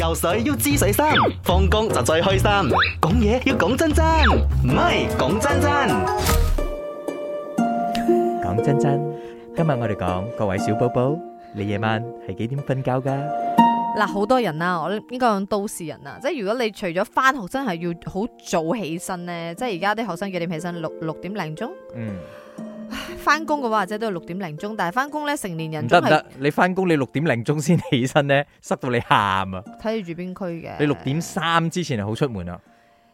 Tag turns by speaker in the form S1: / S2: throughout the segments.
S1: 游水要知水深，放工就最開心。講嘢要講真真，唔係講真真。
S2: 講真真，今日我哋講各位小寶寶，你夜晚係幾點瞓覺噶？
S3: 嗱，好多人啦，我應該講都市人啦，即係如果你除咗翻學，真係要好早起身咧，即係而家啲學生幾點起身？六六點零鐘，
S2: 嗯，
S3: 翻工嘅話或者都係六點零鐘，但係翻工咧成年
S2: 唔
S3: 人
S2: 得
S3: 都
S2: 唔
S3: 係
S2: 得，你翻工你六點零鐘先起身咧，塞到你喊啊！
S3: 睇你住邊區嘅。
S2: 你六點三之前就好出門啦，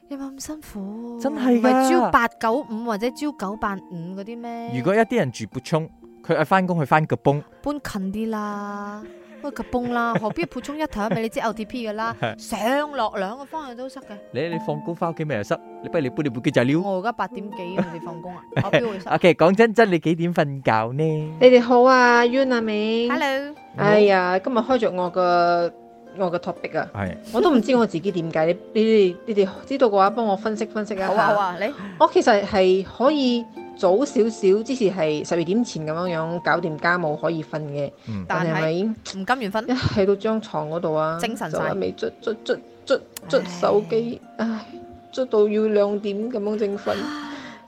S3: 有冇咁辛苦？
S2: 真係㗎
S3: 唔係朝八九五或者朝九八五嗰啲咩？
S2: 如果一啲人住撥涌，佢係翻工去翻個崩，
S3: 搬近啲啦，喂及 崩啦，何必撥充一頭一尾？你知 LTP 嘅啦，上落兩個方向都塞嘅。
S2: 你你放工翻屋企咪又塞，你不如你搬你部機就撩。
S3: 我而家八點幾，我哋 放工啊，我邊會塞
S2: OK，講真真，你幾點瞓覺呢？
S4: 你哋好啊，Yun 阿明。
S3: ？Hello，
S4: 哎呀，今日開着我個我個 topic 啊，
S2: 係
S4: 我都唔知我自己點解。你你哋你哋知道嘅話，幫我分析分析一下。
S3: 好啊好啊，你
S4: 我其實係可以早少少，之前係十二點前咁樣樣搞掂家務可以瞓嘅，
S2: 嗯
S3: 但
S4: 但係
S3: 係
S4: 咪一
S3: 唔甘願瞓，
S4: 喺到張床嗰度啊，
S3: 精神
S4: 就
S3: 晒
S4: 一味捽捽捽捽捽手機，唉，捽到要兩點咁樣 正瞓，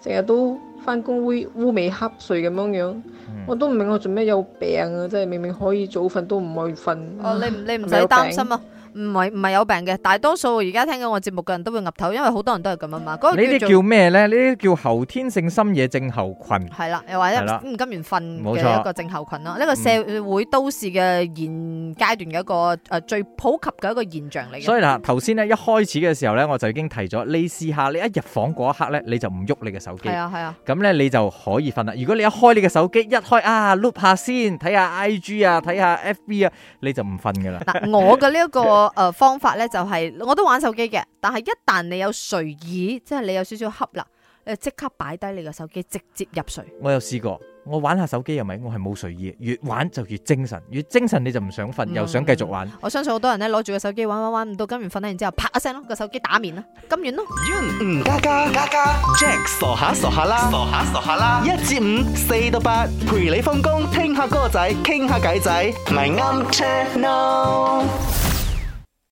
S4: 成日都翻工會烏眉瞌睡咁樣樣。
S2: 嗯
S4: 我都唔明我做咩有病啊！真係明明可以早瞓都唔去瞓。
S3: 哦，你唔
S2: 嗯
S3: 你唔使
S4: 係咪有
S3: 擔
S4: 病
S3: 心啊，唔係唔係有病嘅，大多數而家聽緊我節目嘅人都會岌頭，因為好多人都係咁啊嘛。嗰
S2: 呢
S3: 個
S2: 啲
S3: 叫
S2: 叫
S3: 做
S2: 咩咧？呢啲叫後天性深夜症候群。
S3: 係啦，又或
S2: 係啦
S3: 者唔甘願瞓
S2: 冇
S3: 嘅
S2: 錯嗯
S3: 一個症候群啦，呢個社會都市嘅現階段嘅一個誒最普及嘅一個現象嚟嘅。
S2: 所以嗱，頭先咧一開始嘅時候咧，我就已經提咗，你試下你一入房嗰一刻咧，你就唔喐你嘅手機
S3: 係，啊係啊，
S2: 咁咧你就可以瞓啦。如果你一開你嘅手機，一開啊碌下先，睇下 I G 啊，睇下 F B 啊，你就唔瞓噶 啦。
S3: 嗱，我嘅呢一個誒方法咧，就係我都玩手機嘅，但係一旦你有睡意，即係你有少少恰啦，你即刻擺低你嘅手機，直接入睡。
S2: 我有試過，我玩下手機又咪，我係冇睡意，越玩就越精神，越精神你就唔想瞓，
S3: 嗯
S2: 又想繼續玩。
S3: 我相信好多人咧攞住個手機玩玩玩，唔到今完瞓啦，然之後啪一聲咯，個手機打面啦，咁完咯。
S1: 嗯，加加加加，Jack 傻下傻下啦，傻下傻下啦，一至五四到八，陪你放工，聽下歌仔，傾下偈仔，咪啱 channel。